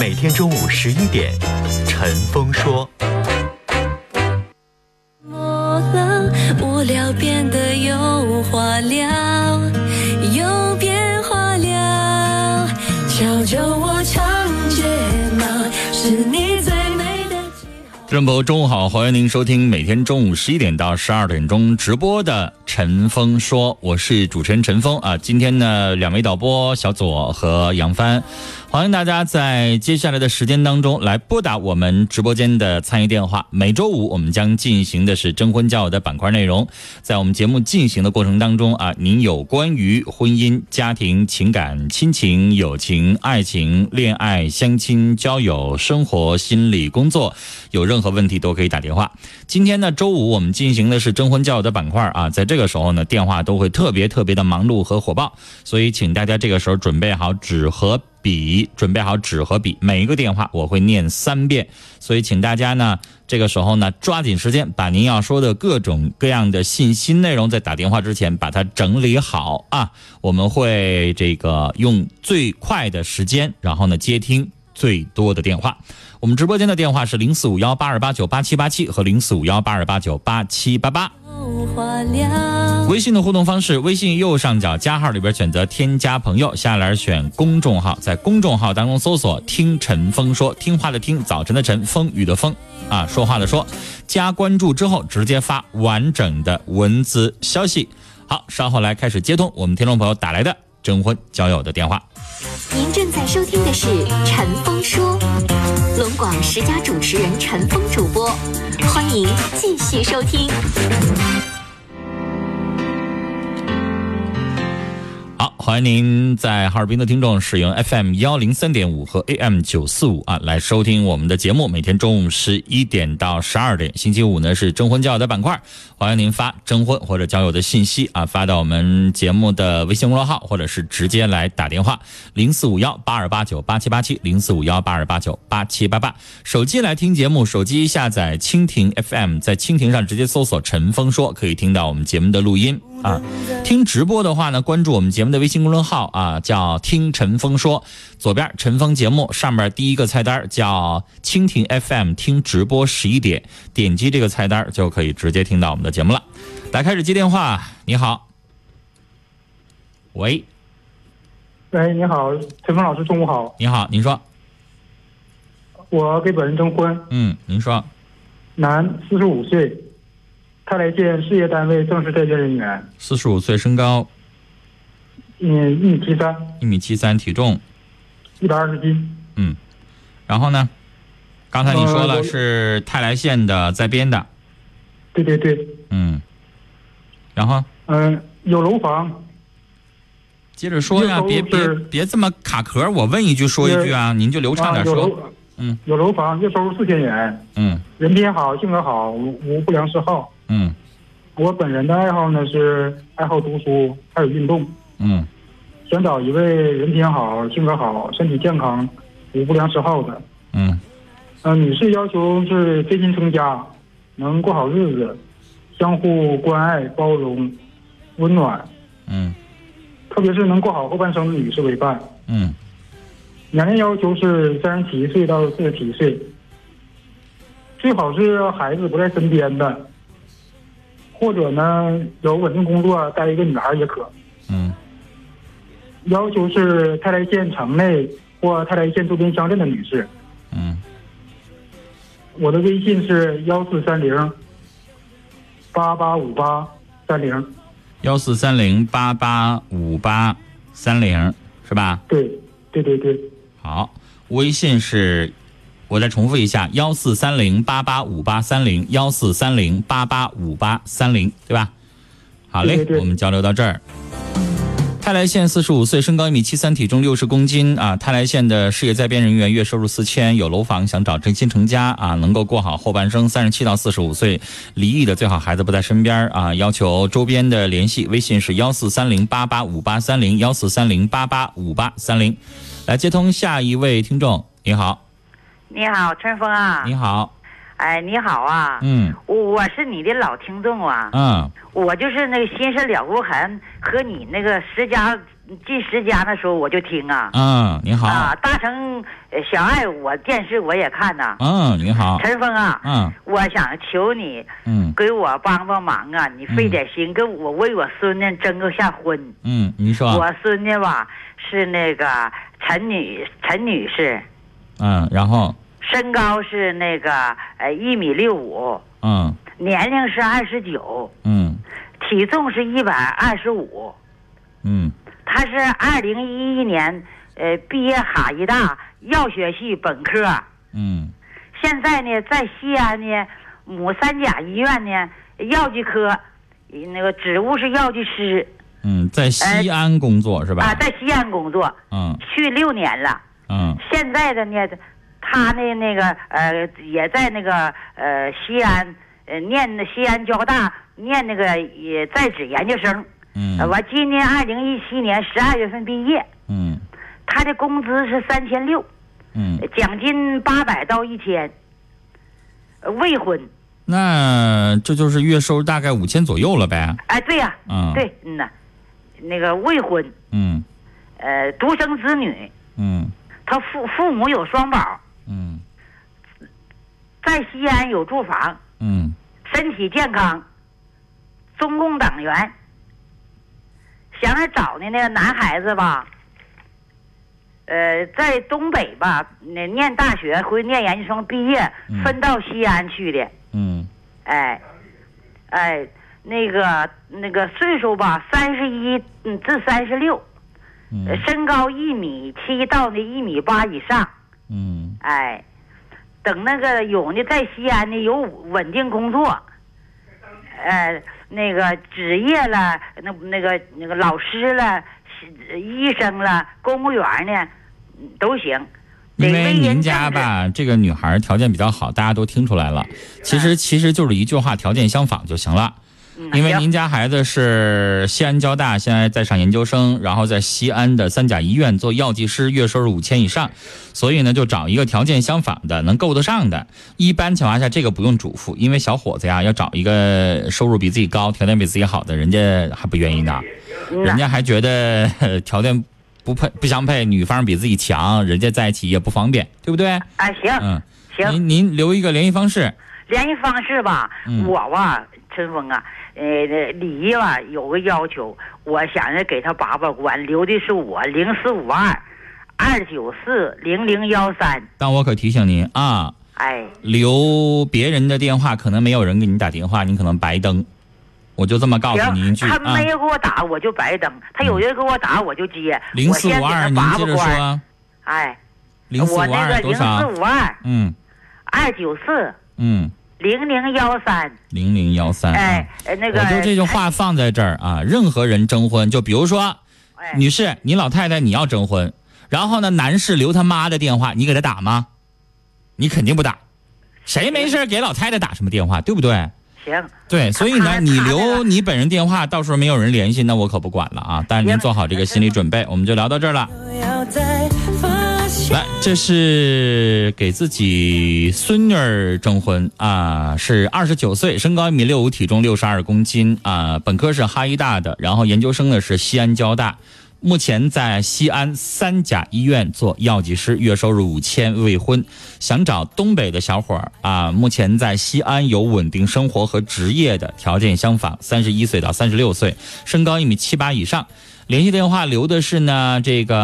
每天中午十一点，陈峰说。我了，无聊变得有话聊，有变化了。小酒窝长睫毛，是你最美的记号。任博，中午好，欢迎您收听每天中午十一点到十二点钟直播的《陈峰说》，我是主持人陈峰啊。今天呢，两位导播小左和杨帆，欢迎大家在接下来的时间当中来拨打我们直播间的参与电话。每周五我们将进行的是征婚交友的板块内容，在我们节目进行的过程当中啊，您有关于婚姻、家庭、情感、亲情、友情、爱情、恋爱、相亲、交友、生活、心理、工作。有任何问题都可以打电话。今天呢，周五我们进行的是征婚交友的板块啊，在这个时候呢，电话都会特别特别的忙碌和火爆，所以请大家这个时候准备好纸和笔，准备好纸和笔。每一个电话我会念三遍，所以请大家呢，这个时候呢，抓紧时间把您要说的各种各样的信息内容，在打电话之前把它整理好啊。我们会这个用最快的时间，然后呢接听最多的电话。我们直播间的电话是零四五幺八二八九八七八七和零四五幺八二八九八七八八。有话聊，微信的互动方式，微信右上角加号里边选择添加朋友，下栏选公众号，在公众号当中搜索“听陈峰说”，听话的听，早晨的晨，风雨的风，啊，说话的说，加关注之后直接发完整的文字消息。好，稍后来开始接通我们听众朋友打来的征婚交友的电话。您正在收听的是《陈峰说》，龙广十佳主持人陈峰主播，欢迎继续收听。好，欢迎您在哈尔滨的听众使用 FM 幺零三点五和 AM 九四五啊来收听我们的节目，每天中午十一点到十二点，星期五呢是征婚交友的板块，欢迎您发征婚或者交友的信息啊，发到我们节目的微信公众号，或者是直接来打电话零四五幺八二八九八七八七零四五幺八二八九八七八八，手机来听节目，手机下载蜻蜓 FM，在蜻蜓上直接搜索“陈峰说”，可以听到我们节目的录音啊。听直播的话呢，关注我们节目的微信公众号啊，叫“听陈峰说”，左边“陈峰节目”上面第一个菜单叫“蜻蜓 FM 听直播十一点”，点击这个菜单就可以直接听到我们的节目了。来，开始接电话。你好，喂，喂，哎你好，陈峰老师，中午好。你好，您说，我给本人征婚，嗯，您说，男，四十五岁，他来建事业单位正式在职人员，四十五岁，身高嗯，一米七三，一米七三，体重，一百二十斤，嗯，然后呢，刚才你说呃了我是泰来县的在编的，对对对，嗯，然后嗯、有楼房，接着说呀，有别别是别这么卡壳，我问一句说一句啊，您就流畅啊，点有说。楼，嗯，有楼房，月收入四千元，嗯人品好，性格好，无无不良嗜好。嗯我本人的爱好呢是爱好读书，还有运动，嗯想找一位人品好、性格好、身体健康、无不良嗜好的。嗯呃，女士要求是费劲成家，能过好日子，相互关爱、包容、温暖，嗯特别是能过好后半生的女士为伴。嗯年龄要求是三十七岁到四十七岁，最好是孩子不在身边的，或者呢有稳定工作带一个女孩也可。嗯要求是泰来县城内或泰来县周边乡镇的女士，嗯，我的微信是幺四三零八八五八三零，幺四三零八八五八三零是吧？对，对对对，好，微信是，我再重复一下，幺四三零八八五八三零，幺四三零八八五八三零，对吧？好嘞，对对对我们交流到这儿。泰来县四十五岁，身高一米七三，体重六十公斤啊。泰来县的事业在编人员，月收入四千，有楼房，想找真心成家啊，能够过好后半生。三十七到四十五岁，离异的最好孩子不在身边啊。要求周边的联系，微信是幺四三零八八五八三零，幺四三零八八五八三零。来接通下一位听众，你好，你好，春风啊！你好，哎，你好啊！嗯我我是你的老听众啊，嗯我就是那个新生了无痕和你那个十佳进十佳那时候我就听啊嗯，你好啊，，大成呃小爱我电视我也看呐、嗯你好，陈峰啊，嗯我想求你嗯给我帮帮忙啊，你费点心，跟我为我孙女征个下婚。嗯，你说，我孙女吧是那个陈女陈女士，嗯，然后身高是那个呃一米六五。嗯年龄是二十九，嗯体重是一百二十五。嗯他是二零一一年呃毕业哈医大药学系本科，嗯现在呢在西安呢某三甲医院呢药剂科，那个职务是药剂师嗯，在西安工作是啊，吧？在西安工作，嗯去六年了。嗯现在的呢，他呢那个呃也在那个呃西安呃念那西安交大念那个也在职研究生。呃嗯我今年二零一七年十二月份毕业，嗯他的工资是三千六，嗯，奖金八百到一千。呃未婚，那这就是月收入大概五千左右了呗？哎，对呀、嗯对，嗯呐，那个未婚，嗯呃，独生子女，嗯他父父母有双保，嗯在西安有住房，嗯身体健康，中共党员。想着找的那个男孩子吧，呃，在东北吧，那念大学回念研究生毕业嗯，分到西安去的，嗯哎，哎，那个那个岁数吧，三十一嗯至三十六，呃嗯身高一米七到那一米八以上，嗯哎，等那个有呢，在西安呢有稳定工作，呃，那个职业了，那那个那个老师了，是医生了，公务员呢，嗯都行。得因为为您人家政治，吧，这个女孩条件比较好，大家都听出来了。其实其实就是一句话，条件相仿就行了。嗯因为行您家孩子是西安交大，现在在上研究生，然后在西安的三甲医院做药剂师，月收入五千以上，所以呢，就找一个条件相仿的，能够得上的。一般情况下，这个不用嘱咐，因为小伙子呀，要找一个收入比自己高、条件比自己好的，人家还不愿意呢，嗯人呐家还觉得 呃条件不配不相配，女方比自己强，人家在一起也不方便，对不对？啊行、嗯，行，您您留一个联系方式，联系方式吧，嗯我吧，春风啊，呃，李毅吧有个要求，我想着给他把把关，留的是我零四五二二九四零零幺三，但我可提醒您啊。哎，留别人的电话，可能没有人给你打电话，你可能白登。我就这么告诉您一句行，他啊嗯没，有给我打，我就白登；他有人给我打，我就接。零我四先五给他二，您把接把着说关。啊，哎，零四五我那个二多零四少？五二嗯二九四嗯，零零幺三，零零幺三。哎，呃那嗯，个，我就这句话放在这儿啊，任何人征婚，就比如说哎，女士，你老太太你要征婚，然后呢，男士留他妈的电话，你给他打吗？你肯定不打，谁没事儿给老太太打什么电话，对不对？行，对，所以他呢，他你那留个你本人电话，到时候没有人联系，那我可不管了啊！但是您行做好这个心理准备，我们就聊到这儿了。不要再发现。来，这是给自己孙女儿征婚啊，是二十九岁，身高一米六五，体重六十二公斤啊，本科是哈医大的，然后研究生呢是西安交大，目前在西安三甲医院做药剂师，月收入五千，未婚，想找东北的小伙儿啊，目前在西安有稳定生活和职业的，条件相仿，三十一岁到三十六岁，身高一米七八以上。联系电话留的是呢这个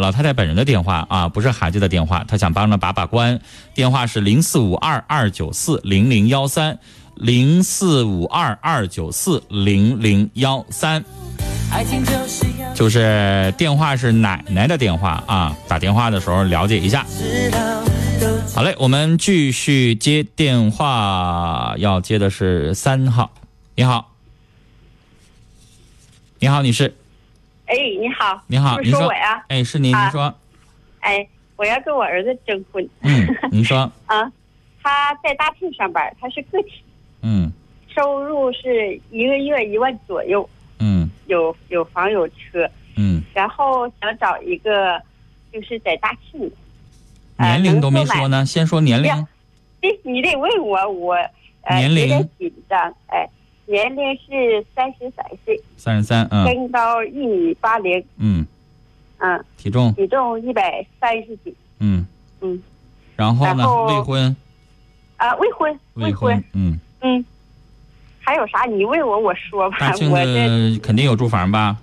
老太太本人的电话啊，不是孩子的电话，她想帮着把把关。电话是零四五二二九四零零幺三，零四五二二九四零零幺三。爱情就是要就是电话是奶奶的电话啊，打电话的时候了解一下。知道都好嘞，我们继续接电话，要接的是三号。你好，你好，你是哎，你好，你好，是不您是说说我呀？哎，是您，您啊说，哎，我要跟我儿子征婚。嗯，您说，啊，他在大庆上班，他是个体，嗯收入是一个月一万左右，嗯有有房有车，嗯，然后想找一个就是在大庆的。呃年龄都没。能购说买呢，先说年龄呀，这哎你得问我，我呃年龄有点紧张。哎，年龄是三十三岁，三十三，嗯身高一米八零，嗯，嗯，体重，体重一百三十几，嗯嗯，然后呢然，后未婚，啊，未婚，未婚，婚，嗯，嗯，还有啥？你问我，我说吧大。庆我这的肯定有住房吧，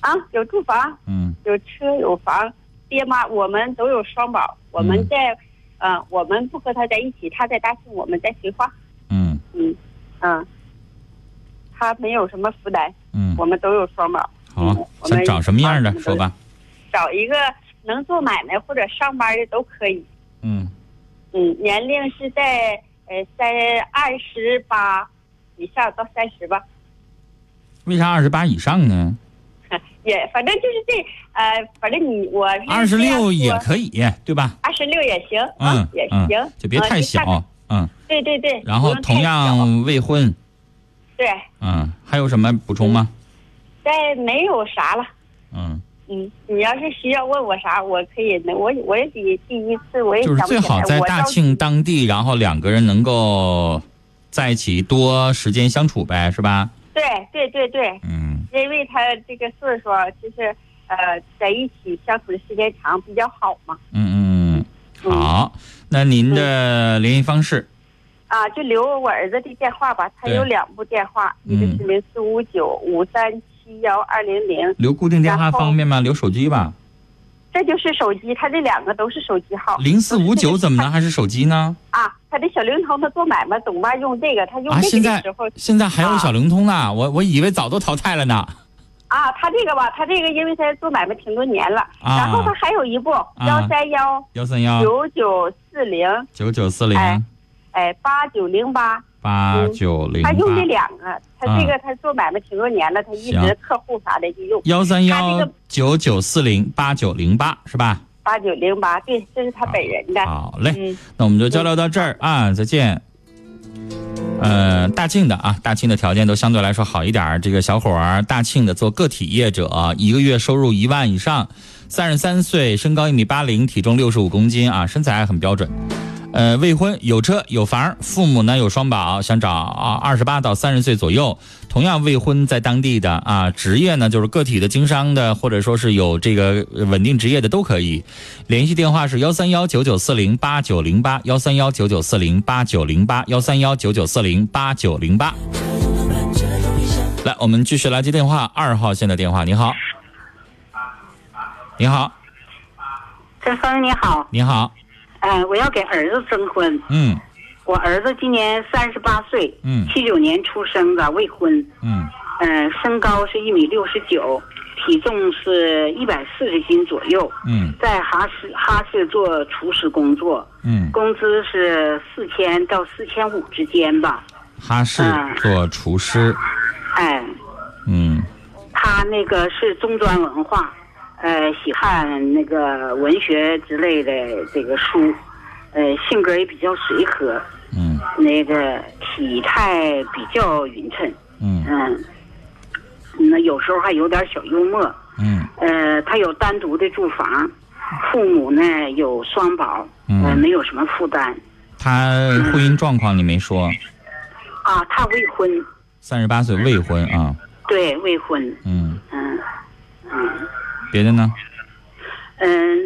啊，有住房，嗯有车，有房，爹妈我们都有双保。我们嗯在，呃，我们不和他在一起，他在大庆，我们在绥化。嗯嗯嗯，他没有什么负担，嗯我，们都有双保。好嗯，我想们找什么样的啊说吧，找一个能做买卖或者上班的都可以。嗯嗯，年龄是在呃三二十八以上到三十吧。为啥二十八以上呢？ 也反正就是这呃，反正你我二十六也可以，对吧？二十六也行，嗯啊，也嗯行，就别啊太看看小，嗯。对对对，然后不用太同样未婚，小对，嗯，还有什么补充吗？再没有啥了。嗯，嗯，你要是需要问我啥，我可以，我我也得第一次我也就想是不最起来。好在哎我大着急庆当地，然后两个人能够在一起多时间相处呗，是吧？对对对对，嗯因为他这个岁数啊就是呃，在一起相处的时间长比较好嘛。嗯嗯嗯，嗯好，那您的联系方式，啊，就留我儿子的电话吧，他对有两部电话，一个嗯是零四五九五三七幺二零零，留固定电话然后方便吗？留手机吧，这就是手机，他这两个都是手机号。零四五哦九怎么了？还是手机呢？啊，他的小灵通他做买卖总吧用这个，他用啊，这现个的在时候现在还有小灵通呢，我我以为早都淘汰了呢。啊他这个吧，他这个因为他做买卖挺多年了，啊然后他还有一部幺三幺幺三幺九九四零，九九四零哎哎八九零八，八九零嗯他八用这两个，他啊这个他做买卖挺多年了，他一行直客户啥的就用幺三他这幺个九九四零八九零八是吧？八九零八，对，这是他本人的，好嘞，嗯，那我们就交流到这儿啊，再见。呃，大庆的啊，大庆的条件都相对来说好一点儿。这个小伙儿，大庆的做个体业者，一个月收入一万以上，三十三岁，身高一米八零，体重六十五公斤啊，身材还很标准。呃，未婚，有车有房，父母呢有双保，想找二十八到三十岁左右，同样未婚，在当地的啊，职业呢就是个体的、经商的，或者说是有这个呃稳定职业的都可以。联系电话是幺三幺九九四零八九零八，幺三幺九九四零八九零八，幺三幺九九四零八九零八。来，我们继续来接电话，二号线的电话。你好，你好，陈峰你好，你好，嗯、我要给儿子征婚，嗯我儿子今年三十八岁，嗯七九年出生的，未婚，嗯嗯、身高是一米六十九，体重是一百四十斤左右，嗯在哈市哈市做厨师工作，嗯，工资是四千到四千五之间吧，哈市啊做厨师，哎，嗯他那个是中专文化，呃，喜欢那个文学之类的这个书，呃，性格也比较随和，嗯那个体态比较匀称，嗯嗯，那有时候还有点小幽默。嗯呃，他有单独的住房，父母呢有双保，呃，嗯没有什么负担。他婚姻状况你没说，啊，他未婚，三十八岁未婚啊，对，未婚，嗯，嗯，嗯。别的呢？嗯，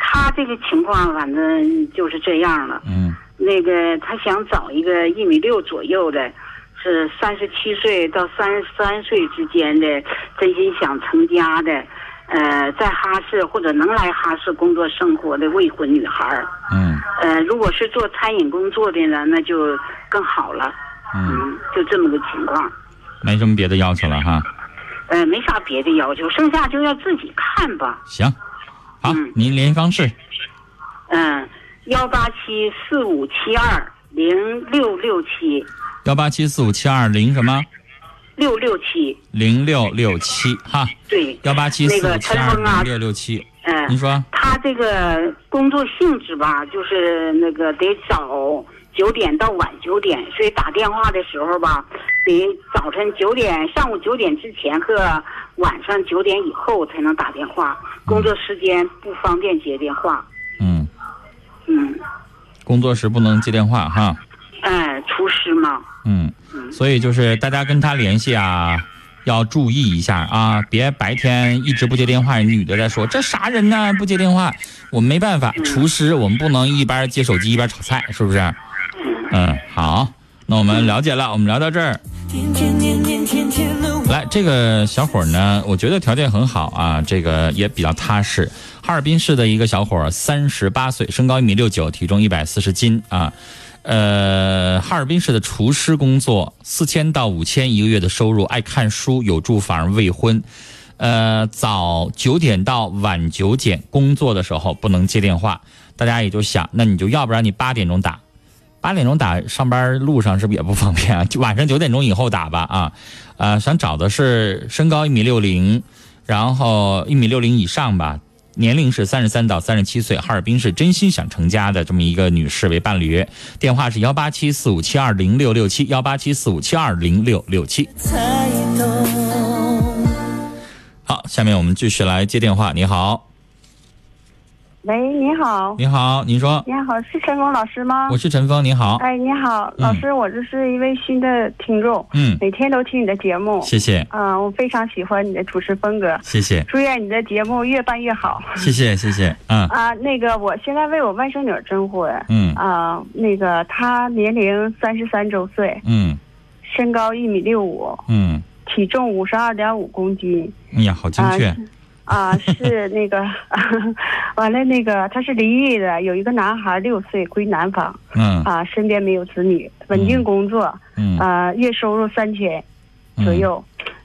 他这个情况反正就是这样了。嗯那个他想找一个一米六左右的，是三十七岁到三十三岁之间的，真心想成家的，呃，在哈市或者能来哈市工作生活的未婚女孩儿。嗯呃，如果是做餐饮工作的呢，那就更好了。嗯，嗯，就这么个情况。没什么别的要求了哈。呃，没啥别的要求，剩下就要自己看吧。行，好嗯，您联系方式嗯、幺八七四五七二零六六七幺八七四五七二零什么六六七，零六六七哈，对，幺八七那四五个七陈二峰啊零，六六七。嗯、您说他这个工作性质吧，就是那个得早九点到晚九点，所以打电话的时候吧，得早晨九点、上午九点之前和晚上九点以后才能打电话，工作时间不方便接电话。嗯，嗯，工作时不能接电话哈。哎、厨师嘛，嗯，所以就是大家跟他联系啊，要注意一下啊，别白天一直不接电话，女的在说这啥人呢？不接电话，我们没办法，厨师我们不能一边接手机一边炒菜，是不是？嗯，好，那我们了解了，我们聊到这儿。天天年年天天的我。来，这个小伙儿呢，我觉得条件很好啊，这个也比较踏实。哈尔滨市的一个小伙儿，三十八岁，身高一米六九，体重一百四十斤啊。呃，哈尔滨市的厨师工作，四千到五千一个月的收入，爱看书，有住房，未婚。呃，早九点到晚九点工作的时候不能接电话，大家也就想，那你就要不然你八点钟打，八点钟打上班路上是不是也不方便啊？ 就晚上九点钟以后打吧啊，呃，想找的是身高一米六零，然后一米六零以上吧，年龄是三十三到三十七岁，哈尔滨是真心想成家的这么一个女士为伴侣，电话是幺八七四五七二零六六七幺八七四五七二零六六七。才懂。好，下面我们继续来接电话。你好，喂，你好，你好，您说，你好，是陈峰老师吗？我是陈峰，您好，哎，你好，老师，我这是一位新的听众，嗯，每天都听你的节目，谢谢，啊、我非常喜欢你的主持风格，谢谢，祝愿你的节目越办越好谢谢，谢谢，嗯啊！那个，我现在为我外甥女儿征婚，嗯啊，那个她年龄三十三周岁，嗯身高一米六五，嗯，体重五十二点五公斤，哎呀，好精啊确，啊，是那个， 完了那个她是离异的，有一个男孩六岁归男方，嗯啊，身边没有子女，稳定工作，嗯啊，月收入三千左右，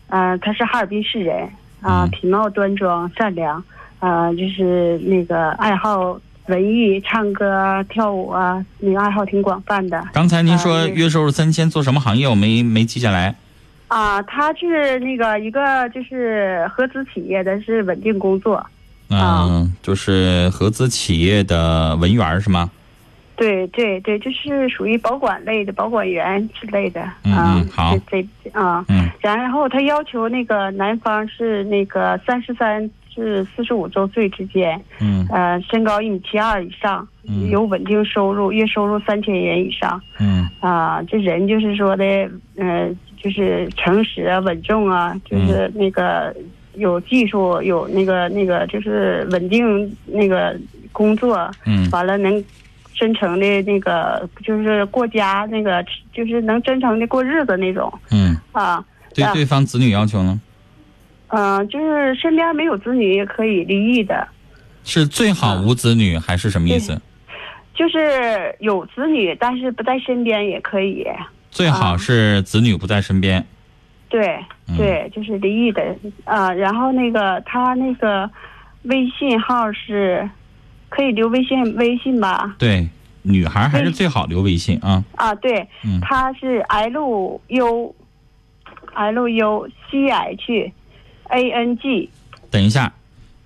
啊，她是哈尔滨市人，啊嗯，品貌端庄善良，啊，就是那个爱好文艺、唱歌啊、跳舞啊，那个爱好挺广泛的，刚才您说啊月收入三千，做什么行业？我没没记下来。啊，他是那个一个就是合资企业的，是稳定工作。嗯、啊就是合资企业的文员儿是吗？对对对，就是属于保管类的，保管员之类的嗯啊嗯。好这这啊，嗯然后他要求那个男方是那个三十三至四十五周岁之间，嗯呃，身高一米七二以上嗯，有稳定收入，月收入三千元以上嗯啊。这人就是说的，呃，就是诚实啊，稳重啊，嗯就是那个有技术，有那个那个就是稳定那个工作，嗯完了能真诚的那个，就是过家那个，就是能真诚的过日子那种嗯，啊。对啊对方子女要求呢？嗯、就是身边没有子女也可以离异的，是最啊好无子女还是什么意思？就是有子女但是不在身边也可以。最啊好是子女不在身边。对嗯对，就是离异的啊、然后那个他那个微信号是，可以留微信微信吧？对，女孩还是最好留微信啊。啊，对，嗯他是 L U L U C H A N G 等一下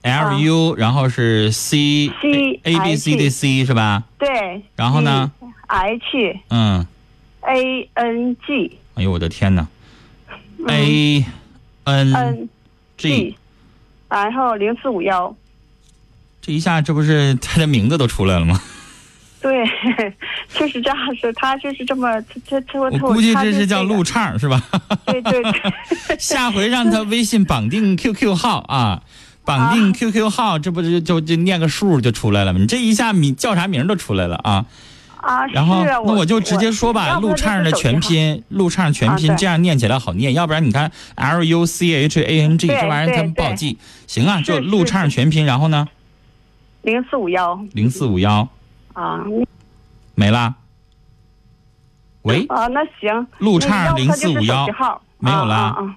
，L U，、然后是 C 啊 C A B C 的 I C 是吧？对，然后呢？H 嗯， A N G 哎呦我的天哪、a N 嗯 N G，然后零四五幺，这一下这不是他的名字都出来了吗？对， 就是这样式，他就是这么，他他他我他估计他这就是叫个录唱是吧？ 对 对对，啊下回让他微信绑定 QQ 号啊，绑定 QQ 号，这不就就就念个数就出来了吗？你这一下你叫啥名都出来了啊？啊，然后是啊那我就直接说吧，陆畅的全。拼，陆畅全拼啊对这样念起来好念，要不然你看 L U C H A N G 对这玩意儿对它不好对记。行啊，就是陆是畅全拼，然后呢，零四五幺零四五幺啊没啦。喂，啊，那行，陆那畅要不零他四就是五手幺机号没有啦啊啊啊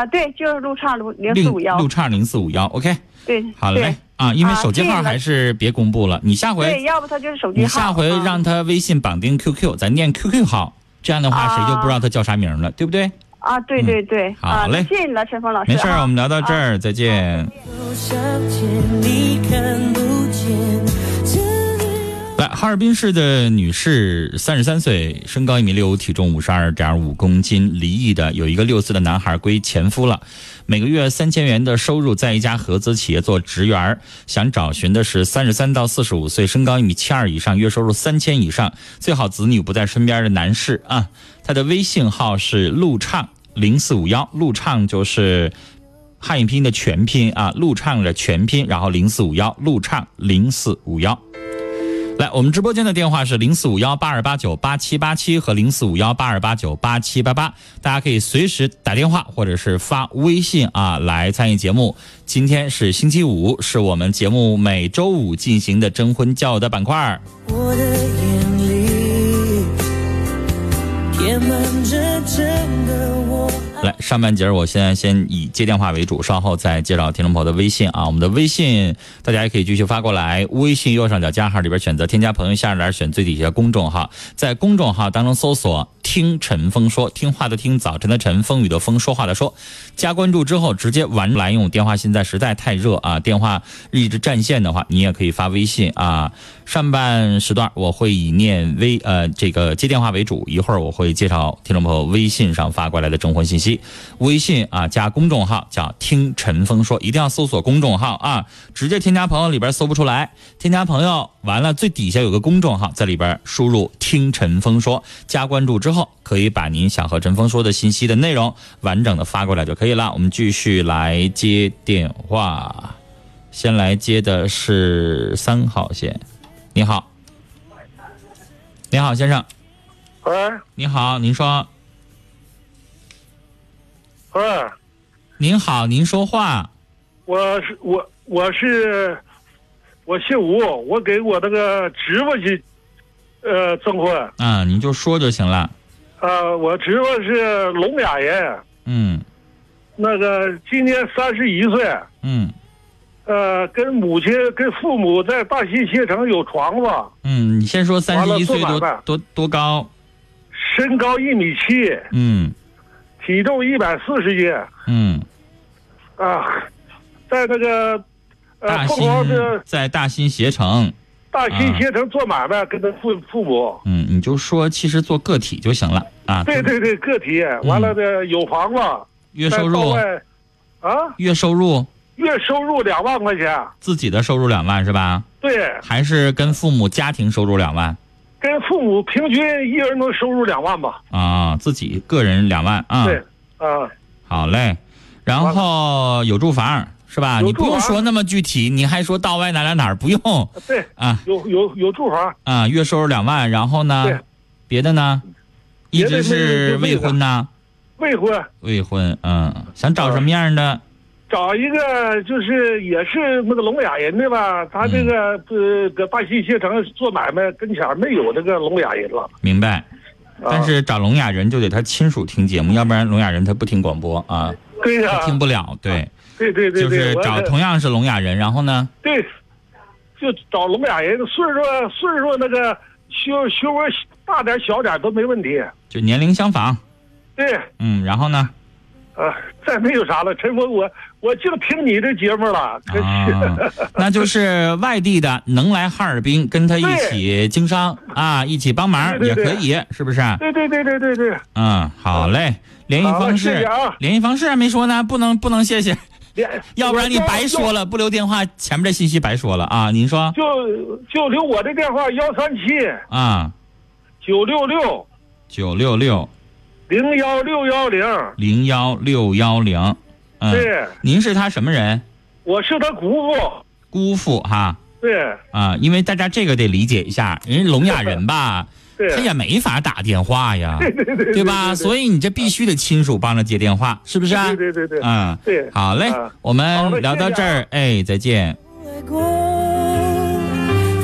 啊，对，就是陆畅零零四六五幺陆，畅零四五幺，OK，对，好对嘞，啊，因为啊手机这号个还是别公布了，你下对，回要不他就是手机你号。下回啊让他微信绑定 QQ，咱念 QQ 号，这样的话啊谁就不知道他叫啥名了，对不对？啊，对对对，嗯好啊嘞谢谢你了，陈峰老师。没事儿，啊我们聊到这儿，再见。走向前，你看不见，只有来，哈尔滨市的女士，三十三岁，身高一米六五，体重五十二点五公斤，离异的，有一个六岁的男孩归前夫了，每个月三千元的收入，在一家合资企业做职员儿，想找寻的是三十三到四十五岁，身高一米七二以上，月收入三千以上，最好子女不在身边的男士啊。他的微信号是陆畅零四五幺，陆畅就是。汉语拼音的全拼啊，陆畅的全拼，然后零四五幺，陆畅零四五幺。来，我们直播间的电话是零四五幺八二八九八七八七和零四五幺八二八九八七八八，大家可以随时打电话或者是发微信啊来参与节目。今天是星期五，是我们节目每周五进行的征婚交友的板块儿。我的眼里填满着整个我。来，上半节儿我现在先以接电话为主，稍后再介绍听众朋友的微信啊。我们的微信大家也可以继续发过来，微信右上角加号里边选择添加朋友，下栏选最底下公众号，在公众号当中搜索“听陈峰说”，听话的听，早晨的晨，风雨的风，说话的说。加关注之后直接完来用电话，现在实在太热啊，电话一直占线的话，你也可以发微信啊。上半时段我会以念微呃这个接电话为主，一会儿我会介绍听众朋友微信上发过来的征婚信息。微信啊加公众号叫“听陈峰说”，一定要搜索公众号啊，直接添加朋友里边搜不出来，添加朋友完了最底下有个公众号，在里边输入“听陈峰说”，加关注之后可以把您想和陈峰说的信息的内容完整的发过来就可以了。我们继续来接电话，先来接的是三号线。你好，你好，先生，喂你好，您说，喂，您好，您说话，啊我是我我是我姓吴，我给我那个侄子去呃征婚啊、啊，您就说就行了，我侄子是聋哑人，嗯那个今年三十一岁，嗯呃，跟母亲跟父母在大西县城有床子，嗯，你先说三完十了一做岁多买卖多多高，身高一米七，嗯体重一百四十斤嗯，啊，在那个呃大凤兴凰的嗯在大兴携程，大西啊县城做买卖，跟他父父母。嗯，你就说其实做个体就行了啊，对对对，个体完了呢，有房子，月嗯在收道入外，啊，月收入月收入两万块钱，自己的收入两万是吧？对，还是跟父母家庭收入两万跟父母平均一人能收入两万吧，啊？自己个人两万啊？对，啊，好嘞，然后有住房是吧？有你不住用房说那么具体，你还说到外哪哪哪儿不用对，啊有有有住房，啊，月收入两万，然后呢对，别的呢，一别直的是没未有就婚呐，未婚，未婚，嗯，想找什么样啊的？找一个就是也是那个聋哑人的吧，他这个嗯呃搁大西县城做买卖跟前儿没有这个聋哑人了，明白。啊但是找聋哑人就得他亲属听节目，要不然聋哑人他不听广播啊，对呀他，听不了。对，对对对就对，是我找这同样是聋哑人，然后呢，对，就找聋哑人，岁数岁数那个修修为大点小点都没问题。就年龄相仿，对，嗯，然后 呢，啊，再没有啥了。陈峰，我我就听你这节目了，真是、啊，那就是外地的能来哈尔滨跟他一起经商啊，一起帮忙对也对可对以，是不啊是？对对对对对对，嗯，好嘞，联系好方谢式谢啊，联系方式还没说呢，不能不能谢谢，连要不然你白说了，不留电话，前面的信息白说了啊。您说就就留我的电话幺三七啊，九六六九六六零幺六幺零，零幺六幺零，嗯，对，您是他什么人？我是他姑父。姑父哈，对啊，因为大家这个得理解一下，人家聋哑人 吧，他也没法打电话呀，对对对哎对吧？所以你这必须得亲属帮着接电话，是不是啊？对对啊对对嗯，对好嘞，我们聊到这啊儿，哎，再见。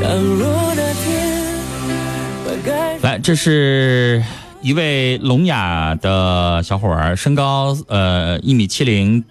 倘若那天本该来，这是一位聋哑的小伙儿，身高呃一米七零，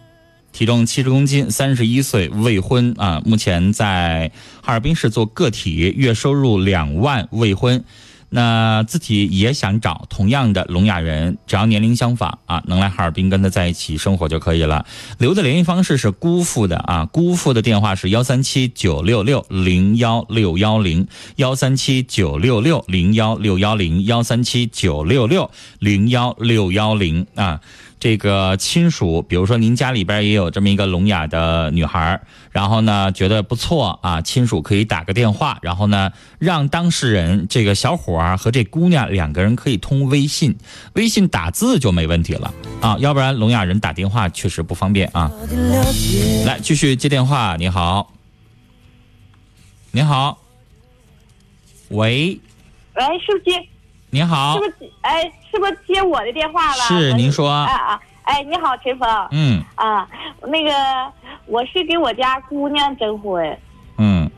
体重七十公斤，三十一岁，未婚啊、目前在哈尔滨市做个体，月收入两万，未婚。那自己也想找同样的聋哑人，只要年龄相仿啊，能来哈尔滨跟他在一起生活就可以了。留的联系方式是姑父的啊，姑父的电话是幺三七九六六零幺六幺零，幺三七九六六零幺六幺零，幺三七九六六零幺六幺零啊。这个亲属，比如说您家里边也有这么一个聋哑的女孩儿，然后呢觉得不错啊，亲属可以打个电话，然后呢让当事人这个小伙儿和这姑娘两个人可以通微信，微信打字就没问题了啊，要不然聋哑人打电话确实不方便啊。了解，来，继续接电话，你好，你好，喂，喂，哎是不是接？你好是不，是？哎，是不是接我的电话了？是我您说啊啊！哎，你好，陈峰。嗯啊，那个我是给我家姑娘征婚，嗯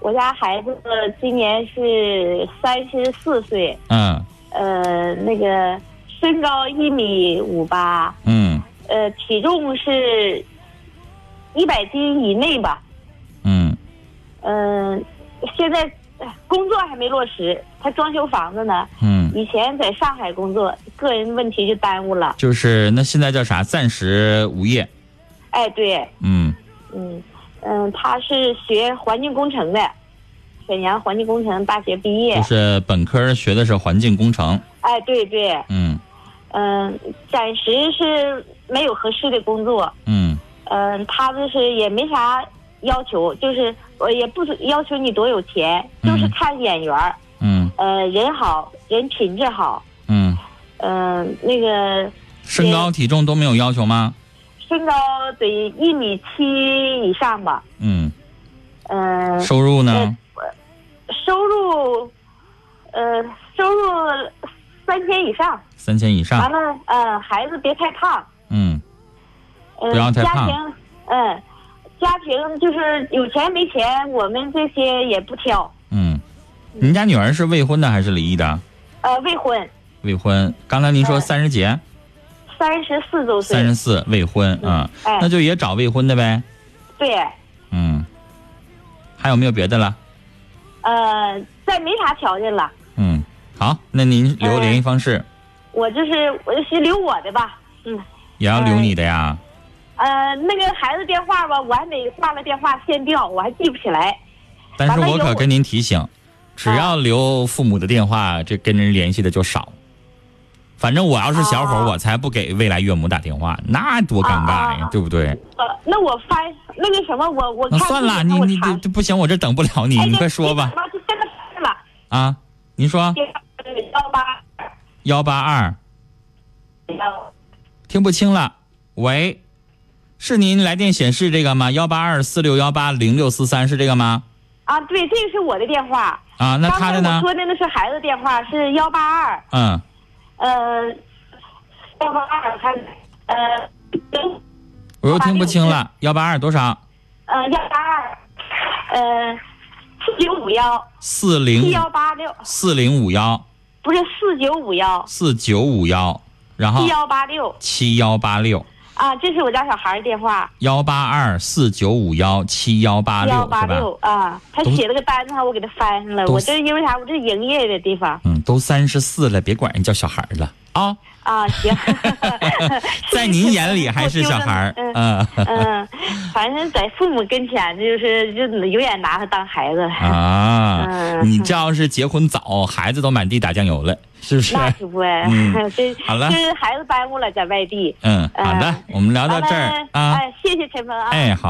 我家孩子呃今年是三十四岁，嗯呃，那个身高一米五八，嗯呃，体重是一百斤以内吧。嗯嗯、现在工作还没落实，他装修房子呢。嗯，以前在上海工作，个人问题就耽误了。就是那现在叫啥？暂时无业，哎，对，嗯嗯嗯，他是学环境工程的，沈阳环境工程大学毕业就。是本科学的是环境工程，哎，对对，嗯嗯，暂时是没有合适的工作。嗯嗯，他就是也没啥要求，就是我也不要求你多有钱，就是看眼缘儿，嗯呃，人好，人品质好，嗯，嗯、那个身高体重都没有要求吗？身高得一米七以上吧。嗯，嗯、收入呢？收入，呃，收入三千以上。三千以完上，了，呃，孩子别太胖。嗯呃、不要太胖家庭，嗯、家庭就是有钱没钱，我们这些也不挑。嗯，您家女儿是未婚的还是离异的？呃，未婚，未婚，刚才您说三十几，三十四周岁。三十四，未婚啊，哎那就也找未婚的呗，对，嗯，还有没有别的了？呃，再没啥条件了。嗯，好，那您留联系方式，我就是，我就是留我的吧。嗯，也要留你的呀？呃，那个孩子电话吧，我还没挂了电话现调，我还记不起来。但是我可跟您提醒，只要留父母的电话，这跟人联系的就少。反正我要是小伙儿，我才不给未来岳母打电话，那多尴尬呀，对不对？呃，那我翻那个什么，我我那看算了，这个你我你查这不行，我这等不了哎你，你快说吧。我就这哎个事了，啊，您说幺八幺八二幺听不清了，喂，是您来电显示这个吗？幺八二四六幺八零六四三是这个吗？啊，对，这个是我的电话。啊，那他的刚才我呢？说的那是孩子电话，是幺八二，嗯，呃，幺八二，还呃，我又听不清了，幺八二多少？呃，幺八二，呃，四九五幺，四七零幺八六，四零五幺不是四九五幺，四九五幺，然后七幺八六七幺八六啊，这是我家小孩儿电话，幺八二四九五幺七幺八六幺八是吧？六啊，他都写了个单子，我给他翻上了。都我这因为啥？我这是营业的地方嗯，都三十四了，别管人叫小孩儿了啊，啊，行， 在您眼里还是小孩儿，嗯嗯，反正在父母跟前就是就永远拿他当孩子。啊，嗯你这要是结婚早，孩子都满地打酱油了，是不是？那可不呗嗯， 这好了就是孩子耽误了，在外地。嗯，好的，我们聊到这儿完了啊，哎哎，谢谢陈峰啊。哎，好。